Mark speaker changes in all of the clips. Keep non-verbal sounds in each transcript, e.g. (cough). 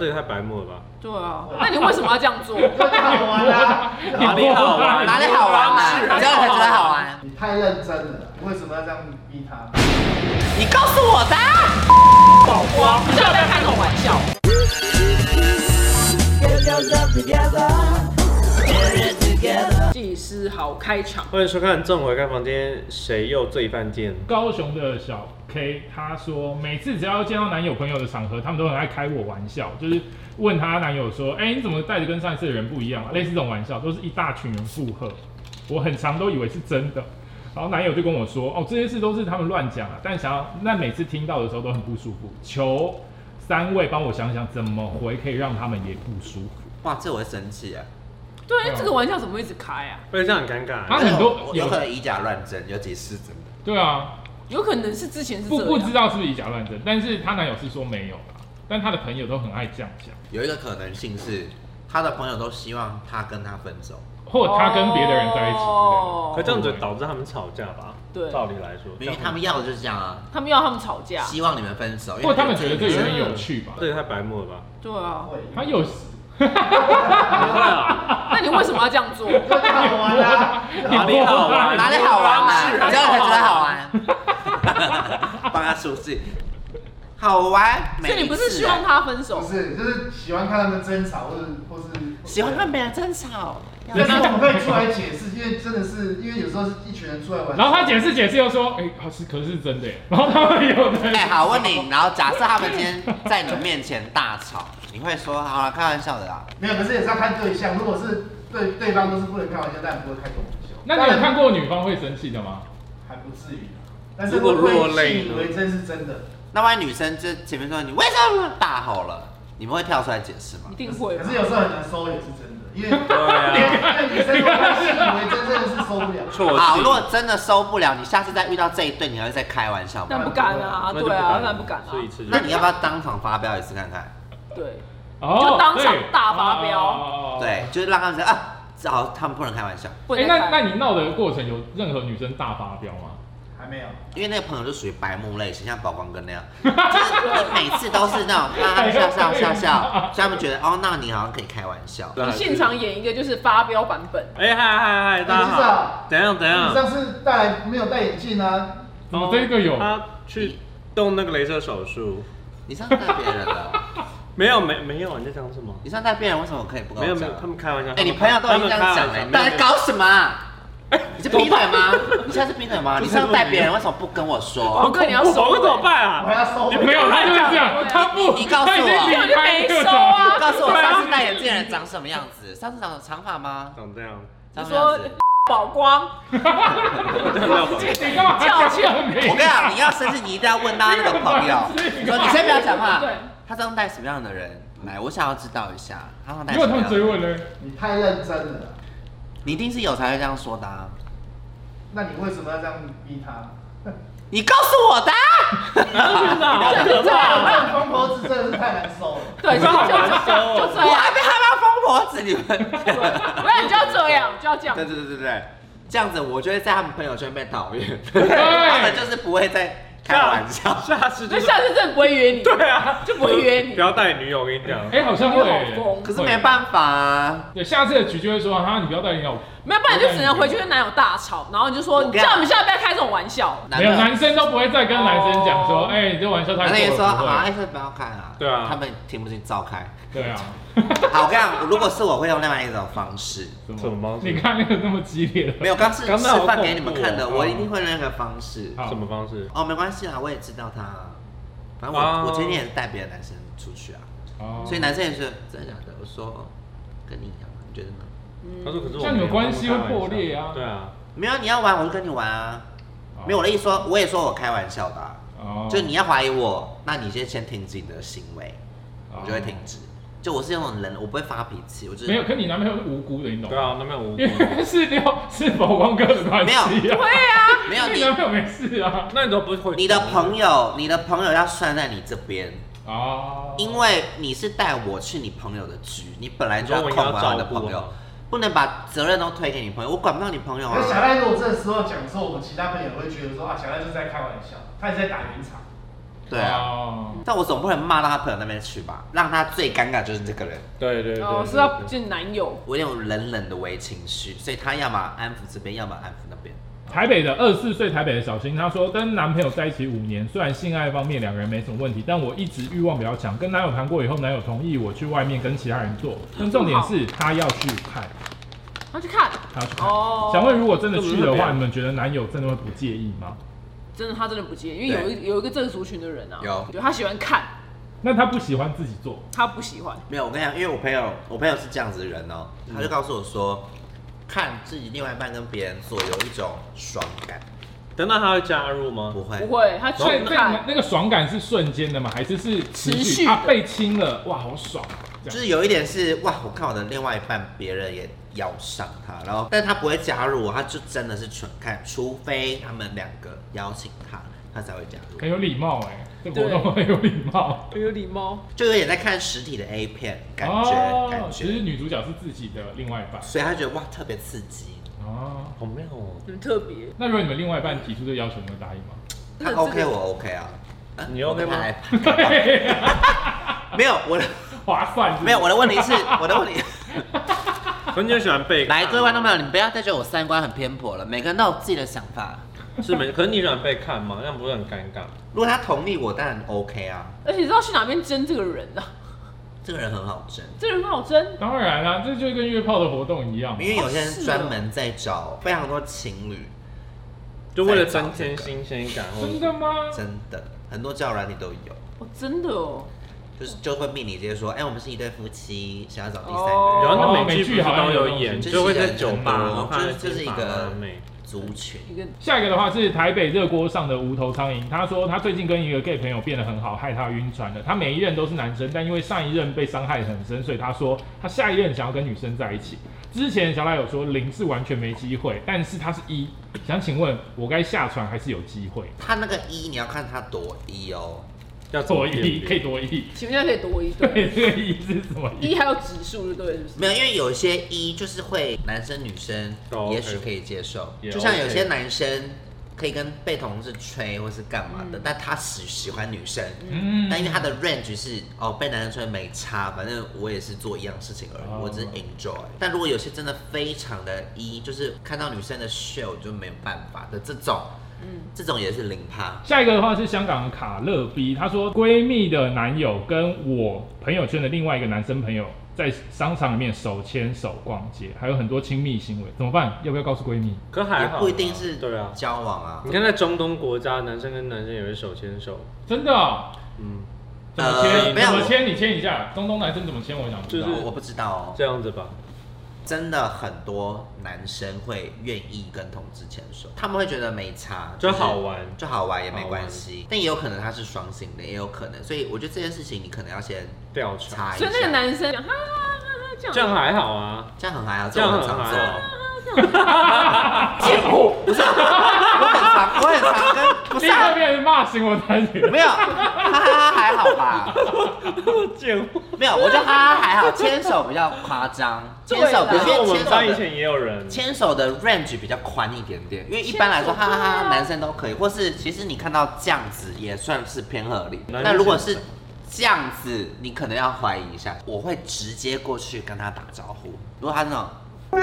Speaker 1: 这也太白目了吧！
Speaker 2: 对啊，那你为什么要这样
Speaker 3: (laughs)
Speaker 2: 做？
Speaker 4: 好玩啦！
Speaker 1: 哪里好玩？
Speaker 5: 哪里好玩啊？你这样才觉得好玩。
Speaker 3: (laughs)
Speaker 4: 你太认真了，你为什么要这样逼他？
Speaker 5: 你告诉我的啊。啊
Speaker 2: 我不知道在开什么玩笑。技师好开场，
Speaker 1: 欢迎收看《正委开房间》，谁又最犯贱？
Speaker 3: 高雄的小 K，他说每次只要见到男友朋友的场合，他们都很爱开我玩笑，就是问她男友说：“哎、你怎么带的跟上一次的人不一样啊？”类似这种玩笑，都是一大群人附和，我很常都以为是真的。然后男友就跟我说：“哦，这些事都是他们乱讲啊，但想要那每次听到的时候都很不舒服，求三位帮我想想怎么回可以让他们也不舒服。”
Speaker 5: 哇，这我会生气啊！
Speaker 2: 对，这个玩笑怎么一直开啊？
Speaker 1: 会这样很尴尬
Speaker 3: 啊
Speaker 1: 欸。
Speaker 3: 很多
Speaker 5: 我有可能以假乱真，尤其是真的。
Speaker 3: 对啊，
Speaker 2: 有可能是之前是这
Speaker 3: 不
Speaker 2: 样，
Speaker 3: 不知道是不是以假乱真，但是她男友是说没有啦，但她的朋友都很爱这样讲。
Speaker 5: 有一个可能性是，他的朋友都希望他跟他分手。
Speaker 3: 或者他跟别的人在一起之类的。
Speaker 2: 哦
Speaker 1: 可这样子导致他们吵架吧？
Speaker 2: 对
Speaker 1: 道理来说，
Speaker 5: 因为他们要的就是这样啊，
Speaker 2: 他们要他们吵架，
Speaker 5: 希望你们分手。因
Speaker 3: 或
Speaker 5: 为
Speaker 3: 者他们觉得这有点有趣吧
Speaker 1: 这？也太白目了吧！
Speaker 2: 对啊，
Speaker 3: 他有时，
Speaker 2: 那你为什么要这样
Speaker 5: (laughs)
Speaker 2: 做？
Speaker 4: 好玩啦！ (laughs)
Speaker 1: 哪里好玩
Speaker 5: 哪里好玩啊？
Speaker 2: 是啊
Speaker 5: 你这样才觉得好玩。
Speaker 3: (laughs)
Speaker 5: 帮他出气，好玩。
Speaker 2: 所以你不是
Speaker 5: 每一
Speaker 2: 希
Speaker 5: 次啊
Speaker 2: 望他分手
Speaker 4: 不？是，就是喜欢看他们争吵，或是或是
Speaker 5: 喜欢啊看别人争吵，
Speaker 4: 但是我们会出来解释，因为真的是，因为有时候是一群人出来玩，
Speaker 3: 然后他解释解释又说，哎、好是可是是真的耶。 (laughs) 然后他们有的，
Speaker 5: 哎、好，问你，然后假设他们今天在你面前大吵，你会说好了，开玩笑的啦。
Speaker 4: 没有，可是也是要看对象。如果是对对方都是不能开玩笑，但不会开这种玩笑。
Speaker 3: 那你有看
Speaker 4: 过？
Speaker 3: 过女方会生气的吗？
Speaker 4: 还不至于啊。但是
Speaker 1: 如果
Speaker 4: 会
Speaker 1: 落泪
Speaker 4: 信以
Speaker 1: 呢
Speaker 4: 为真是真的，
Speaker 5: 那万一女生就前面说你为什么大吼了，你们会跳出来解释吗
Speaker 2: 一？定会
Speaker 4: 可
Speaker 2: 吧
Speaker 4: 是？有时候很难收也是真的，因为
Speaker 3: (laughs)
Speaker 1: 对啊，
Speaker 4: 因为女生如果信以为真真的是收不了。
Speaker 1: 错
Speaker 5: 啊好，如果
Speaker 1: 字，
Speaker 5: 真的受不了，你下次再遇到这一对，你还会再开玩笑
Speaker 2: 但
Speaker 5: 吗
Speaker 2: 不？敢啊，
Speaker 1: 那就
Speaker 2: 对啊，
Speaker 1: 了
Speaker 2: 那不敢啊
Speaker 1: 所，以一次就
Speaker 5: 那你要不要当场发飙一次看看？
Speaker 2: 对，
Speaker 3: 哦
Speaker 2: 就当场大发飙
Speaker 3: 对。哦哦哦哦
Speaker 5: 对，就是让他们说啊，好，他们不能开玩笑，
Speaker 2: 不
Speaker 3: 哎、
Speaker 2: 能
Speaker 3: 那
Speaker 2: 开。
Speaker 3: 那你闹的过程有任何女生大发飙吗？
Speaker 4: 还没有，
Speaker 5: 因为那个朋友就属于白目类型，像宝光哥
Speaker 1: (laughs)
Speaker 5: 那样，就是你每次都是那种哈哈笑笑笑笑，所以他们觉得哦，那你好像可以开玩笑。
Speaker 1: 对啊
Speaker 2: 你现场演一个就是发飙版本，
Speaker 1: 哎嗨嗨嗨，大家
Speaker 4: 你知
Speaker 1: 好
Speaker 5: 啊
Speaker 4: 道，
Speaker 1: 怎样怎
Speaker 4: 你
Speaker 1: 样？
Speaker 4: 上次带来没有戴眼镜啊？
Speaker 3: 怎
Speaker 2: 哦
Speaker 3: 么哦这个有？
Speaker 1: 他去动那个镭射手术，
Speaker 5: 你上次带别人了，
Speaker 1: 没有没没有，你在讲什么？
Speaker 5: (laughs) 你上次带别人为什么可以不跟
Speaker 1: 没有
Speaker 5: 我
Speaker 1: 没
Speaker 5: 讲
Speaker 1: 有，
Speaker 5: 啊？
Speaker 1: 他们开玩笑。
Speaker 5: 哎、你朋友都已经这样讲了，你到底在搞什
Speaker 1: (laughs)
Speaker 5: 么啊？你是劈腿吗？你现在是劈腿吗？
Speaker 1: 就
Speaker 5: 你
Speaker 1: 是
Speaker 5: 上次带别人为什么不跟
Speaker 1: (laughs)
Speaker 5: 我说？
Speaker 2: 我跟你要收
Speaker 1: 我怎么办
Speaker 4: 我
Speaker 5: 哎
Speaker 1: 啊？
Speaker 4: 还要收回来。
Speaker 3: 没有，他就是这样，
Speaker 2: 对
Speaker 3: 他不，
Speaker 5: 你告诉
Speaker 3: 他已经
Speaker 5: 我
Speaker 3: 离开
Speaker 2: 没
Speaker 3: 这个
Speaker 2: 收
Speaker 3: 场
Speaker 2: 啊！
Speaker 5: 告诉我上次戴眼镜的人长什么样子？上次长长发吗？
Speaker 1: 长这样， (laughs)
Speaker 5: 长
Speaker 2: 你
Speaker 5: 什么样
Speaker 2: 说
Speaker 5: 子？
Speaker 2: 宝光，
Speaker 1: 没有没有
Speaker 2: 啊
Speaker 3: 你干嘛
Speaker 2: 叫
Speaker 3: 这样没
Speaker 5: 我跟你讲，你要生气，你一定要问到那个朋友，说你先不要讲话
Speaker 2: 对，
Speaker 5: 他上次带什么样的人来？我想要知道一下，他上次带
Speaker 3: 如果
Speaker 5: 什
Speaker 3: 他们
Speaker 5: 么样
Speaker 3: 追
Speaker 5: 的？
Speaker 3: 问呢？
Speaker 4: 你太认真了。
Speaker 5: 你一定是有才会这样说的、啊。
Speaker 4: 那你为什么要这样逼他？
Speaker 5: 你告诉我的啊、
Speaker 1: 真的好
Speaker 2: 对，
Speaker 1: 可
Speaker 2: 就这
Speaker 1: 怕！
Speaker 2: 样，
Speaker 4: 这种疯婆子真的是太难受了。
Speaker 2: 对，就就就就就这
Speaker 5: 我
Speaker 2: 样
Speaker 5: 还，被害怕疯婆子，你
Speaker 3: (laughs)
Speaker 5: 们。
Speaker 2: 不然你就要这样，就要这样
Speaker 5: 对。对对对对，这样子我就会在他们朋友圈被讨厌， (laughs) 他们
Speaker 3: 对，
Speaker 5: 就是不会再开玩笑。
Speaker 1: 下次就
Speaker 2: 那
Speaker 1: 是
Speaker 2: 下次真的不会约你，
Speaker 1: 对啊，
Speaker 2: 就不会约你
Speaker 1: 不。要带女友，我跟你讲。
Speaker 3: 哎、好像
Speaker 2: 你
Speaker 3: 会
Speaker 2: 好
Speaker 3: 耶。
Speaker 2: 疯哦
Speaker 5: 可是没办法啊，
Speaker 3: 对，下次的局就会说，哈，你不要带你老婆。
Speaker 2: 没有，不然你就只能回去跟男友大吵，然后你就说，
Speaker 5: 我
Speaker 2: 你
Speaker 5: 不
Speaker 2: 知
Speaker 5: 要
Speaker 2: 道我们现在不要开这种玩笑。
Speaker 1: 啊
Speaker 5: 男
Speaker 3: 没有，男
Speaker 5: 的，
Speaker 3: 生都不会再跟男生讲说，
Speaker 2: 哦
Speaker 3: 哎、你这玩笑太
Speaker 5: 男
Speaker 3: 过
Speaker 5: 的
Speaker 3: 了，
Speaker 5: 也
Speaker 3: 不
Speaker 5: 说啊，
Speaker 3: 会。
Speaker 5: 哎，这不要看啊，
Speaker 1: 对啊
Speaker 5: 他们听不进，照开。 (laughs)
Speaker 3: 对啊，
Speaker 5: 好，我跟你讲，如果是我会用另外一种方式，
Speaker 1: 什么方式
Speaker 3: 你看那个那么激烈的，
Speaker 5: 没有，刚是
Speaker 1: 刚
Speaker 5: 示
Speaker 1: 刚好
Speaker 5: 范给你们看的，
Speaker 1: 恐怖哦
Speaker 5: 我一定会用那个方式。
Speaker 3: 好
Speaker 1: 什么方式？
Speaker 5: 哦，没关系啦，我也知道他啊，反正
Speaker 1: 哦
Speaker 5: 我我今天也是带别的男生出去啊，
Speaker 3: 哦
Speaker 5: 所以男生也是真的假的，我说哦跟你一样，你觉得呢？
Speaker 2: 嗯
Speaker 1: 他说：“可是我
Speaker 3: 像你们关系会破裂啊
Speaker 1: 对啊，
Speaker 5: 没有，你要玩我就跟你玩啊。
Speaker 1: 哦
Speaker 5: 没有，我的意思说，我也说我开玩笑的、啊，
Speaker 3: 哦
Speaker 5: 就你要怀疑我，那你先先停止你的行为，
Speaker 3: 哦
Speaker 5: 我就会停止。就我是那种人，我不会发脾气，我就是
Speaker 3: 没有，可你男朋友是无辜的，你懂
Speaker 1: 对
Speaker 3: 吗？
Speaker 1: 啊，那边
Speaker 3: (laughs)
Speaker 1: 无辜
Speaker 3: 因。为是六 (laughs) 是宝光哥的关系啊，
Speaker 5: 没
Speaker 2: 对啊，
Speaker 5: 没有
Speaker 3: (laughs) 你男
Speaker 5: 你，
Speaker 3: 朋友没事啊，
Speaker 1: 那你都不会
Speaker 5: (laughs) 你的朋友，你的朋友要算在你这边，
Speaker 3: 哦，
Speaker 5: 因为你是带我去你朋友的局，你本来就要
Speaker 1: 你
Speaker 5: 控
Speaker 1: 说我应该
Speaker 5: 管我的
Speaker 1: 照顾
Speaker 5: 朋友
Speaker 1: 好，
Speaker 5: 不能把责任都推给你朋友，我管不到你朋友
Speaker 4: 可是 (laughs) 小
Speaker 5: 啊。
Speaker 4: 赖如果这时候讲的时候，我们其他朋友会觉得说啊，小赖就是在开玩笑，他也在打圆场。
Speaker 5: 对啊，
Speaker 3: 哦
Speaker 5: 但我总不能骂到他朋友那边去吧，让他最尴尬就是这个人。
Speaker 1: 对对
Speaker 2: 哦，
Speaker 1: 对，
Speaker 2: 是
Speaker 3: 啊
Speaker 2: 要见男友，
Speaker 5: 我有点冷冷的微情绪，所以他要么安抚这边，要么安抚那边。
Speaker 3: 台北的二十四岁台北的小新，她说跟男朋友在一起五年，虽然性爱方面两个人没什么问题，但我一直欲望比较强。跟男友谈过以后，男友同意我去外面跟其他人做，但重点是他要去看，
Speaker 2: 他去看
Speaker 3: 他要去看。
Speaker 2: 哦。
Speaker 3: 想问，如果真的去的
Speaker 1: 这么特
Speaker 3: 话，
Speaker 1: 别
Speaker 3: 你们觉得男友真的会不介意吗？
Speaker 2: 真的他真的不介意，因为有一有一个这个族群的人啊，
Speaker 5: 有
Speaker 2: 对他喜欢看，
Speaker 3: 那他不喜欢自己做，
Speaker 2: 他不喜欢，
Speaker 5: 没有，我跟你讲，因为我朋友，我朋友是这样子的人哦、他就告诉我说，看自己另外一半跟别人做有一种爽感，
Speaker 1: 等到他会加入吗？
Speaker 5: 不会，
Speaker 2: 不会，他
Speaker 3: 所
Speaker 2: 去
Speaker 3: 以那
Speaker 2: 看，
Speaker 3: 那个爽感是瞬间的吗？还是是持
Speaker 2: 持续
Speaker 3: 续？
Speaker 2: 的
Speaker 3: 啊，被亲了，哇，好爽！这
Speaker 5: 就
Speaker 3: 样
Speaker 5: 是有一点是哇，我看我的另外一半别人也要上他，然后但他不会加入我，他就真的是纯看，除非他们两个邀请他，他才会加
Speaker 3: 很
Speaker 5: 入，
Speaker 3: 有礼貌哎、这活动很有礼貌。
Speaker 2: 有礼貌，
Speaker 5: 就有点在看实体的 A 片感觉、感
Speaker 3: 其实
Speaker 5: 觉，
Speaker 3: 女主哦角是自己的另外一半
Speaker 5: 所以他觉得哇特别刺激，
Speaker 3: 哦。
Speaker 1: 好妙哦！
Speaker 2: 很特别。
Speaker 3: 那如果你们另外一半提出这个要求，你会答应吗？
Speaker 5: 他
Speaker 2: 这个
Speaker 5: OK 我 OK 啊，啊
Speaker 1: 你 OK 吗？
Speaker 5: 我跟他来 (laughs) 没有我的
Speaker 3: 划算是不是
Speaker 5: 没有我的问题是我的问题。
Speaker 1: 很喜欢被
Speaker 5: 来，各位观众朋友，你们不要再觉得我三观很偏颇了，每个人都有自己的想法。
Speaker 1: 友是没，可是你喜欢被看吗？那样不是很尴尬？
Speaker 5: 如果他同意我，当然 OK 啊，
Speaker 2: 而且你知道去哪边争这个人啊？ (laughs)
Speaker 5: 这个人很好争。
Speaker 2: 这个人很好争，
Speaker 3: 当然啦、这就跟约炮的活动一样嘛
Speaker 5: 因。为有些
Speaker 2: 哦是
Speaker 5: 人
Speaker 2: 哦
Speaker 5: 专门在找非常多情侣，
Speaker 1: 就为了增添新鲜感，或者
Speaker 3: 真的吗？
Speaker 5: 真的很多交友软体都有，
Speaker 2: 哦，真的哦，
Speaker 5: 就是就会命你直接说，哎、我们是一对夫妻，想要找第三
Speaker 2: 哦
Speaker 5: 个
Speaker 1: 然
Speaker 5: 人，
Speaker 1: 后那美剧不是都有演，
Speaker 5: 哦
Speaker 1: 就会在酒吧，
Speaker 5: 就是
Speaker 1: 然后看到
Speaker 5: 就是一个
Speaker 1: 金发辣妹
Speaker 5: 族群
Speaker 2: 一个
Speaker 3: 下一个的话是台北热锅上的无头苍蝇，他说他最近跟一个 gay 朋友变得很好，害他晕船了。他每一任都是男生，但因为上一任被伤害很深，所以他说他下一任想要跟女生在一起。之前小赖有说零是完全没机会，但是他是一，想请问我该下船还是有机会？
Speaker 5: 他那个一你要看他多一哦，
Speaker 1: 要怎么
Speaker 3: 多一
Speaker 1: 辨别
Speaker 3: 可以多一，
Speaker 2: 请问一下可以多一对，
Speaker 3: 对，这个一是什么一？
Speaker 2: 一还有指数就对了，是不是？
Speaker 5: 没有，因为有些一就是会男生女生
Speaker 1: 哦
Speaker 5: 也
Speaker 1: OK
Speaker 5: 许可以接受，
Speaker 1: 也
Speaker 5: 就像有
Speaker 1: OK
Speaker 5: 些男生可以跟被同事吹或是干嘛的，但他喜喜欢女生，
Speaker 3: 嗯
Speaker 5: 但因为他的 range 是哦被男生吹没差，反正我也是做一样事情而已，
Speaker 3: 哦
Speaker 5: 我只是 enjoy。但如果有些真的非常的一，就是看到女生的 show 就没有办法的这种，
Speaker 2: 嗯，
Speaker 5: 这种也是零趴。
Speaker 3: 下一个的话是香港的卡乐 B，她说闺蜜的男友跟我朋友圈的另外一个男生朋友在商场里面手牵手逛街，还有很多亲密行为，怎么办？要不要告诉闺蜜？
Speaker 1: 可还
Speaker 5: 也
Speaker 1: 好啦，
Speaker 5: 不一定是
Speaker 1: 对啊。
Speaker 5: 交往啊
Speaker 1: 你，看在中东国家，男生跟男生也会手牵手，
Speaker 3: 真的哦、
Speaker 1: 嗯，
Speaker 3: 怎么牵？
Speaker 5: 呃没有
Speaker 3: 怎么牵？你牵一下。东东男生怎么牵？我想知道。
Speaker 1: 就是
Speaker 5: 我不知道哦。
Speaker 1: 这样子吧。
Speaker 5: 真的很多男生会愿意跟同志牵手，他们会觉得没差，
Speaker 1: 就是好玩
Speaker 5: 就好玩也没关系。但也有可能他是双性恋，也有可能，所以我觉得这件事情你可能要先
Speaker 1: 调查，
Speaker 5: 查一
Speaker 2: 所
Speaker 5: 下。
Speaker 2: 以那个男生讲哈哈哈哈这样，
Speaker 1: 这样还好啊，
Speaker 5: 这样很还好，
Speaker 1: 这
Speaker 5: 我
Speaker 1: 样
Speaker 5: 很
Speaker 1: 很啊
Speaker 5: 常做
Speaker 1: 还，好。
Speaker 5: (laughs) 我很常，我很常跟，不
Speaker 3: 第
Speaker 5: 是
Speaker 3: 一
Speaker 5: 啊
Speaker 3: 个变成骂醒我男
Speaker 5: (laughs)
Speaker 3: 人。
Speaker 5: 没有，哈哈哈还好吧？
Speaker 1: 见过，
Speaker 5: 没有，我觉得哈哈还好，牵手比较夸张，
Speaker 2: 对
Speaker 5: 牵
Speaker 2: 啦
Speaker 5: 手
Speaker 1: 可
Speaker 5: 比
Speaker 1: 是我
Speaker 5: 较
Speaker 1: 们
Speaker 5: 牵手
Speaker 1: 班以
Speaker 5: 的
Speaker 1: 前也有人，
Speaker 5: 牵手的 range 比较宽一点点，因为一般来说，哈哈哈，男生都可以，或是其实你看到这样子也算是偏合理。
Speaker 1: 男生
Speaker 5: 那如果是这样子，你可能要怀疑一下。我会直接过去跟他打招呼，如果他那种，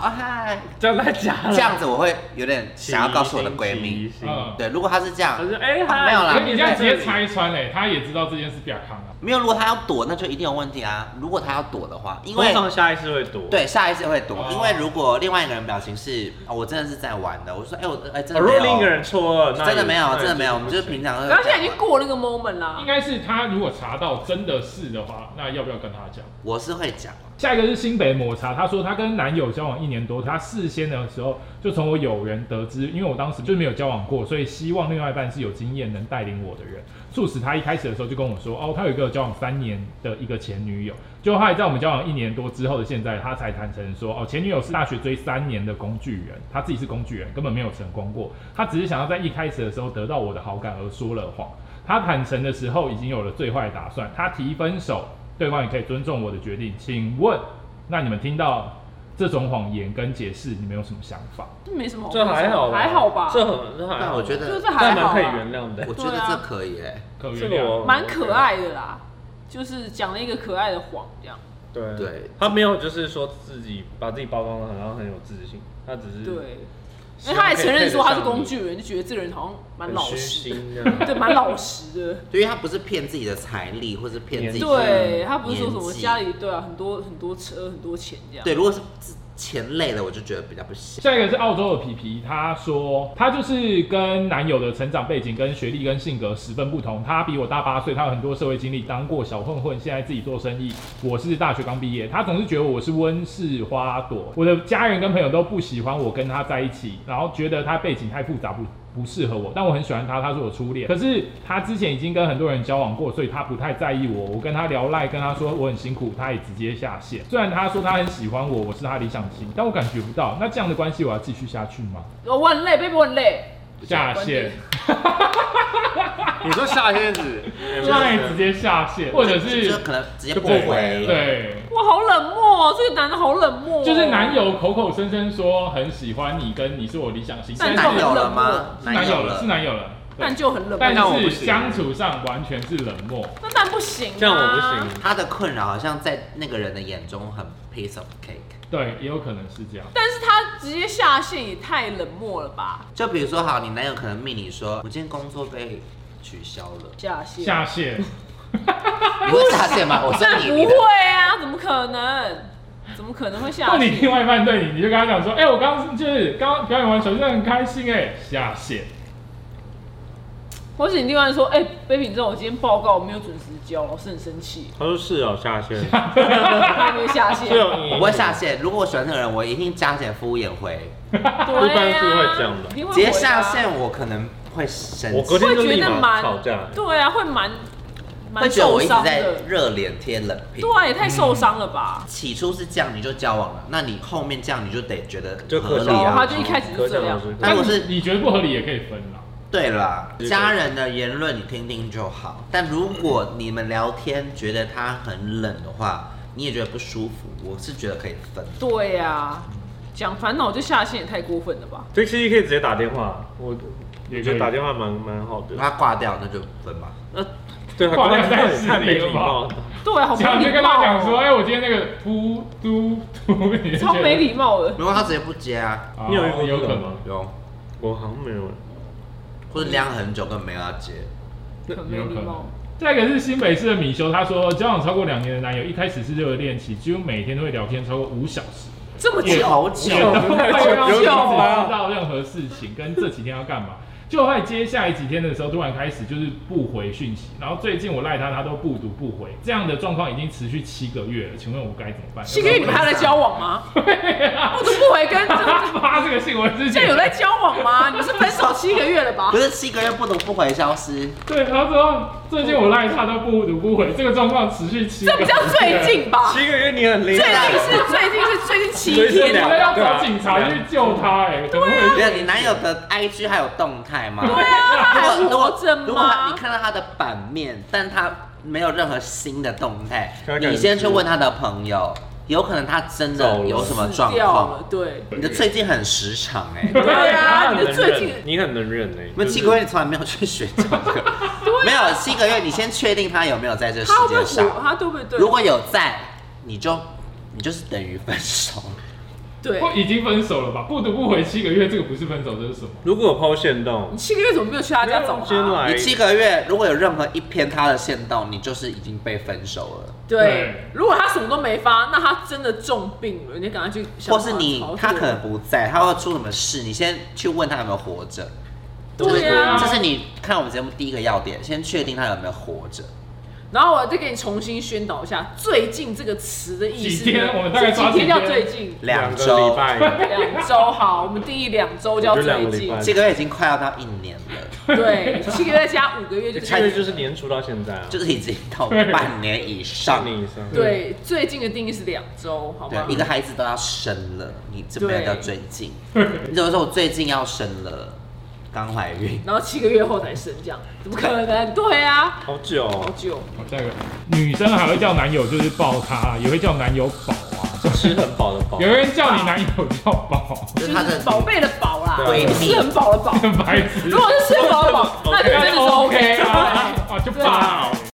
Speaker 5: 啊嗨，
Speaker 1: 这样太假了。
Speaker 5: 这样子我会有点想要告诉我的闺蜜，
Speaker 1: 起疑心，
Speaker 3: 嗯
Speaker 5: 对，如果他是这样
Speaker 1: 他，说哎
Speaker 5: 啊
Speaker 1: 嗨，
Speaker 5: 没有啦
Speaker 3: 可是你这样直接拆穿嘞、他也知道这件事比较康啊。
Speaker 5: 没有，如果他要躲，那就一定有问题啊。如果他要躲的话，因
Speaker 1: 通
Speaker 5: 为
Speaker 1: 常下意识会躲。，
Speaker 5: 对，下意识会躲，
Speaker 3: 哦
Speaker 5: 因为如果另外一个人表情是，哦，我真的是在玩的，我说，哎、我，哎、真
Speaker 1: 哦
Speaker 5: 的
Speaker 1: 如
Speaker 5: 没
Speaker 1: 果
Speaker 5: 有，
Speaker 1: 另一个人错愕，那
Speaker 5: 真的没有，
Speaker 1: 也
Speaker 5: 真的没有，我们就是平常都
Speaker 2: 可
Speaker 5: 是
Speaker 2: 是他
Speaker 5: 在玩。
Speaker 2: 现在已经过那个 moment 啦
Speaker 3: 应，该是他如果查到真的是的话，那要不要跟他讲？
Speaker 5: 我是会讲，
Speaker 1: 啊
Speaker 3: 下一个是新北抹茶，她说她跟男友交往一年多，她事先的时候就从我友人得知，因为我当时就没有交往过，所以希望另外一半是有经验能带领我的人，促使她一开始的时候就跟我说，哦，她有一个交往三年的一个前女友，就后来在我们交往一年多之后的现在，她才坦诚说，哦，前女友是大学追三年的工具人，她自己是工具人，根本没有成功过，她只是想要在一开始的时候得到我的好感而说了谎。他坦诚的时候已经有了最坏打算，他提分手，对方也可以尊重我的决定。请问，那你们听到这种谎言跟解释，你们有什么想法？
Speaker 2: 这没什么好
Speaker 1: 这
Speaker 2: 分享，
Speaker 1: 还好吧，
Speaker 2: 还好吧，
Speaker 1: 这很这还
Speaker 5: 但
Speaker 1: 好，
Speaker 5: 我觉
Speaker 2: 就
Speaker 5: 得
Speaker 2: 是，还
Speaker 1: 但蛮
Speaker 2: 好
Speaker 1: 可以
Speaker 2: 啊，
Speaker 1: 原谅的
Speaker 5: 我。觉得
Speaker 2: 对啊
Speaker 5: 这可以哎，
Speaker 3: 可
Speaker 1: 这
Speaker 3: 原
Speaker 1: 个
Speaker 3: 谅。
Speaker 1: 我
Speaker 2: 蛮可爱的啦，就是讲了一个可爱的谎这样。
Speaker 1: 对啊
Speaker 5: 对
Speaker 1: 他没有就是说自己把自己包装的很，然后很有自信，他只是
Speaker 2: 对，
Speaker 1: 嗯希
Speaker 2: 因为
Speaker 1: 望
Speaker 2: 他还
Speaker 1: 可以
Speaker 2: 承认说他是
Speaker 1: 配得上
Speaker 2: 工
Speaker 1: 你
Speaker 2: 具人，就觉得这个人好像蛮
Speaker 1: 很
Speaker 2: 老
Speaker 1: 虚 (laughs)
Speaker 2: 实的，
Speaker 1: 心的，
Speaker 2: 对，蛮老实的。
Speaker 5: 对于他不是骗自己的财力，或是骗自己
Speaker 1: 嗯
Speaker 5: 的
Speaker 2: 对他不是说什么
Speaker 5: 年纪
Speaker 2: 家里对啊，很多很多车很多钱这样。
Speaker 5: 对，如果是钱累了，我就觉得比较不行。
Speaker 3: 下一个是澳洲的皮皮，她说她就是跟男友的成长背景、跟学历、跟性格十分不同。她比我大八岁，她有很多社会经历，当过小混混，现在自己做生意。我是大学刚毕业，她总是觉得我是温室花朵。我的家人跟朋友都不喜欢我跟她在一起，然后觉得她背景太复杂，不不适合我，但我很喜欢他，他是我初恋。可是他之前已经跟很多人交往过，所以他不太在意我。我跟他聊赖，跟他说我很辛苦，他也直接下线。虽然他说他很喜欢我，我是他理想型，但我感觉不到。那这样的关系我要继续下去吗？
Speaker 2: 哦，我很累，baby，我很累。
Speaker 3: 下线，
Speaker 6: 你说下仙子，
Speaker 3: 赖直接下线，或者
Speaker 5: 就是可能直接
Speaker 3: 就
Speaker 5: 不
Speaker 3: 不
Speaker 5: 回了。
Speaker 3: 对。
Speaker 2: 哇，好冷漠、哦，这个男的好冷漠、哦。
Speaker 3: 就是男友口口声声说很喜欢你，跟你是我理想型，
Speaker 2: 但
Speaker 5: 是
Speaker 3: 但
Speaker 5: 男
Speaker 3: 是
Speaker 5: 友了吗？
Speaker 3: 是男友了，是男友了，对
Speaker 2: 但就很冷
Speaker 3: 但
Speaker 2: 漠。
Speaker 6: 那我不
Speaker 3: 是
Speaker 6: 行
Speaker 3: 相处上完全是冷漠。
Speaker 2: 那但不行、啊，
Speaker 1: 这样我不行。。
Speaker 5: 他的困扰好像在那个人的眼中很 piece of cake。
Speaker 3: 对，也有可能是这样。
Speaker 2: 但是他直接下线也太冷漠了吧？
Speaker 5: 就比如说，好，你男友可能命你说，我今天工作被取消
Speaker 2: (laughs)
Speaker 5: 了，
Speaker 2: 下线？
Speaker 3: 下线，
Speaker 5: 你会下
Speaker 2: (laughs)
Speaker 5: 线吗？我说
Speaker 2: 但
Speaker 5: 你，
Speaker 2: 不
Speaker 5: 你的
Speaker 2: 会啊，怎么可能？怎么可能会下
Speaker 3: 那你
Speaker 2: 线？
Speaker 3: 另外一半对你，你就跟他讲说，哎、我刚刚就是刚刚表演完手机很开心哎、下线，
Speaker 2: 或是你另外说，哎、b a b y 你知道我今天报告没有准时交，老师很
Speaker 1: (laughs)
Speaker 2: 生气，
Speaker 1: 他说是哦，下线，
Speaker 2: 他会下线。
Speaker 1: 是哦，
Speaker 5: 我不会下线。如果我喜欢这个人，我一定加减敷衍回。
Speaker 2: 对
Speaker 1: 一般
Speaker 2: 啊
Speaker 1: 是会这样的
Speaker 2: 一定会
Speaker 5: 直接
Speaker 2: 回的
Speaker 5: 下
Speaker 2: 啊
Speaker 5: 线，我可能会生
Speaker 1: 我隔
Speaker 5: 气，
Speaker 1: 天
Speaker 2: 会
Speaker 1: 就立
Speaker 2: 觉得
Speaker 1: 马
Speaker 2: 蛮
Speaker 1: 吵架。
Speaker 2: 对啊，会蛮
Speaker 5: 会
Speaker 2: 蛮
Speaker 5: 觉得
Speaker 2: 受
Speaker 5: 我一直
Speaker 2: 伤
Speaker 5: 在
Speaker 2: 的。
Speaker 5: 热脸贴冷屁。
Speaker 2: 对啊，也太受伤了吧？
Speaker 5: 起初是这样，你就交往了，那你后面这样，你就得觉得
Speaker 1: 就
Speaker 5: 合
Speaker 1: 可
Speaker 5: 理
Speaker 1: 想
Speaker 2: 哦，
Speaker 5: 啊
Speaker 2: 他。就一开始就这样。
Speaker 1: 可想而知
Speaker 5: 那如果是
Speaker 3: 但你你觉得不合理也可以分啦。
Speaker 5: 对啦，
Speaker 1: 对
Speaker 5: 家人的言论你听听就好。但如果你们聊天觉得他很冷的话，你也觉得不舒服，我是觉得可以分。
Speaker 2: 对呀，讲烦恼就下线也太过分了吧？
Speaker 1: 这其实可以直接打电话，我
Speaker 3: 也
Speaker 1: 也
Speaker 3: 可
Speaker 1: 觉
Speaker 3: 以
Speaker 1: 得打电话蛮蛮好的。
Speaker 5: 他挂掉那就分吧。
Speaker 1: 那对，
Speaker 3: 挂掉在
Speaker 1: 太
Speaker 3: 市
Speaker 1: 太没
Speaker 3: 里了
Speaker 1: 礼貌了。
Speaker 2: 对啊，好
Speaker 3: 然
Speaker 2: 没
Speaker 3: 后你就
Speaker 2: 礼
Speaker 3: 跟
Speaker 2: 貌
Speaker 3: 他讲说，哎、
Speaker 2: 哦，
Speaker 3: 我今天那个嘟嘟嘟，你就觉得
Speaker 2: 超没，礼貌的。
Speaker 5: 如果他直接不接啊，
Speaker 3: 哦
Speaker 1: 你有遇过
Speaker 3: 有可
Speaker 1: 这种
Speaker 3: 能
Speaker 1: 吗，
Speaker 5: 有，
Speaker 1: 我好像没有。
Speaker 5: 或者晾很久根本没有要接。
Speaker 2: 很没
Speaker 3: 有
Speaker 2: 礼
Speaker 3: 可
Speaker 2: 貌
Speaker 3: 能。。下一个是新北市的米修，他说交往超过两年的男友，一开始是热恋期，几乎每天都会聊天超过五小时，
Speaker 2: 这么
Speaker 3: 也
Speaker 2: 久，
Speaker 5: 好
Speaker 3: 也
Speaker 5: 久
Speaker 3: 都不会让彼此知
Speaker 1: 啊
Speaker 3: 道任何事情，跟这几天要干嘛。就在接下来几天的时候，突然开始就是不回讯息，然后最近我赖他，他都不读不回，这样的状况已经持续七个月了，请问我该怎么办？
Speaker 2: 七个月你们还在交往吗？
Speaker 3: 啊
Speaker 2: 不读不回跟
Speaker 3: 他发这个信我之
Speaker 2: 现在
Speaker 3: 前
Speaker 2: 有在交往吗？你们是分手七个月了吧
Speaker 5: 不？是七个月不读不回消失，
Speaker 3: 对，他说最近我赖他都不读不回，这个状况持续七个
Speaker 2: 这
Speaker 3: 月，
Speaker 2: 不叫最近吧？
Speaker 1: 七个月你很厉
Speaker 2: 最近
Speaker 1: 害，
Speaker 2: 是最近是最近
Speaker 1: 所以
Speaker 2: 七
Speaker 1: 是
Speaker 2: 天
Speaker 3: 你
Speaker 1: 两
Speaker 3: 们
Speaker 2: 了。
Speaker 3: 要找警察去救他、哎，怎么回事？
Speaker 5: 没有你男友的 IG 还有动态吗？
Speaker 2: 对啊，他还
Speaker 5: 如
Speaker 2: 活
Speaker 5: 果
Speaker 2: 着
Speaker 5: 如果他
Speaker 2: 吗
Speaker 5: 你？看到他的版面，但他没有任何新的动态
Speaker 1: 他，感
Speaker 5: 你先去问他的朋友，有可能他真
Speaker 1: 走
Speaker 5: 的
Speaker 1: 了
Speaker 5: 有什么状
Speaker 2: 死掉
Speaker 5: 况
Speaker 2: 了？，对，
Speaker 5: 你的最近很时长哎、 (laughs)
Speaker 1: 对
Speaker 2: 对啊
Speaker 1: 他很
Speaker 2: 你的
Speaker 1: 能
Speaker 2: 最
Speaker 1: 忍
Speaker 2: 近
Speaker 1: 你很能忍哎，
Speaker 5: 你们
Speaker 1: 就
Speaker 5: 七
Speaker 1: 是
Speaker 5: 个月你从来没有去学这个，
Speaker 2: 啊
Speaker 5: 没有七个月，你先确定他有没有在这时
Speaker 2: 他会不会
Speaker 5: 间
Speaker 2: 活？
Speaker 5: 上，
Speaker 2: 他对不对？
Speaker 5: 如果有在，你就你就是等于分手。
Speaker 2: 对
Speaker 3: 不，已经分手了吧？不读不回七个月，这个不是分手，这是什么？
Speaker 1: 如果抛线动
Speaker 2: 你，七个月怎么没有去他家找
Speaker 1: 先
Speaker 2: 他？
Speaker 1: 来
Speaker 5: 你七个月如果有任何一篇他的线动，你就是已经被分手了。
Speaker 2: 对
Speaker 3: 对，
Speaker 2: 如果他什么都没发，那他真的重病了，你赶快去想
Speaker 5: 或
Speaker 2: 办法操
Speaker 5: 是
Speaker 2: 作。
Speaker 5: 你他可能不在，他会出什么事，你先去问他有没有活着。
Speaker 2: 对
Speaker 3: 啊
Speaker 5: 这是你看我们节目第一个要点，先确定他有没有活着。
Speaker 2: 然后我再给你重新宣导一下“最近”这个词的意思。
Speaker 3: 几天我们大概
Speaker 2: 这
Speaker 3: 抓
Speaker 2: 几天
Speaker 3: 几
Speaker 2: 叫
Speaker 3: 天
Speaker 2: 最近，
Speaker 5: 两
Speaker 1: 个礼
Speaker 5: 周，
Speaker 1: 拜，
Speaker 2: 两周好，我们定义两周叫
Speaker 1: 我觉得两个
Speaker 2: 最
Speaker 1: 礼
Speaker 2: 近
Speaker 1: 拜。
Speaker 5: 这个月已经快要到一年了， (laughs)
Speaker 2: 对，七个月加五个月就是
Speaker 1: 七个月就是年初到现在啊，
Speaker 5: 就是已经到半年以上
Speaker 1: 半。年以上。
Speaker 2: 对最近的定义是两周，好吗
Speaker 5: 对，？一个孩子都要生了，你这边叫最近。你怎么说我最近要生了？刚怀孕。
Speaker 2: 然后七个月后才生，这样怎么可能？对啊，
Speaker 1: 好久哦，
Speaker 2: 好久。
Speaker 3: 好，下一个，女生还会叫男友就是抱她，也会叫男友宝啊，
Speaker 1: 吃很饱的饱，
Speaker 3: 有人叫你男友叫宝，
Speaker 5: 就
Speaker 2: 就是
Speaker 5: 他
Speaker 2: 是
Speaker 5: 的
Speaker 2: 宝贝的宝啦，
Speaker 1: 对
Speaker 5: 啊
Speaker 2: 是很饱的饱。
Speaker 3: (laughs) 白痴 (laughs)
Speaker 2: 如。果是吃饱的饱，那就真的是 OK
Speaker 3: 啊，啊就爆。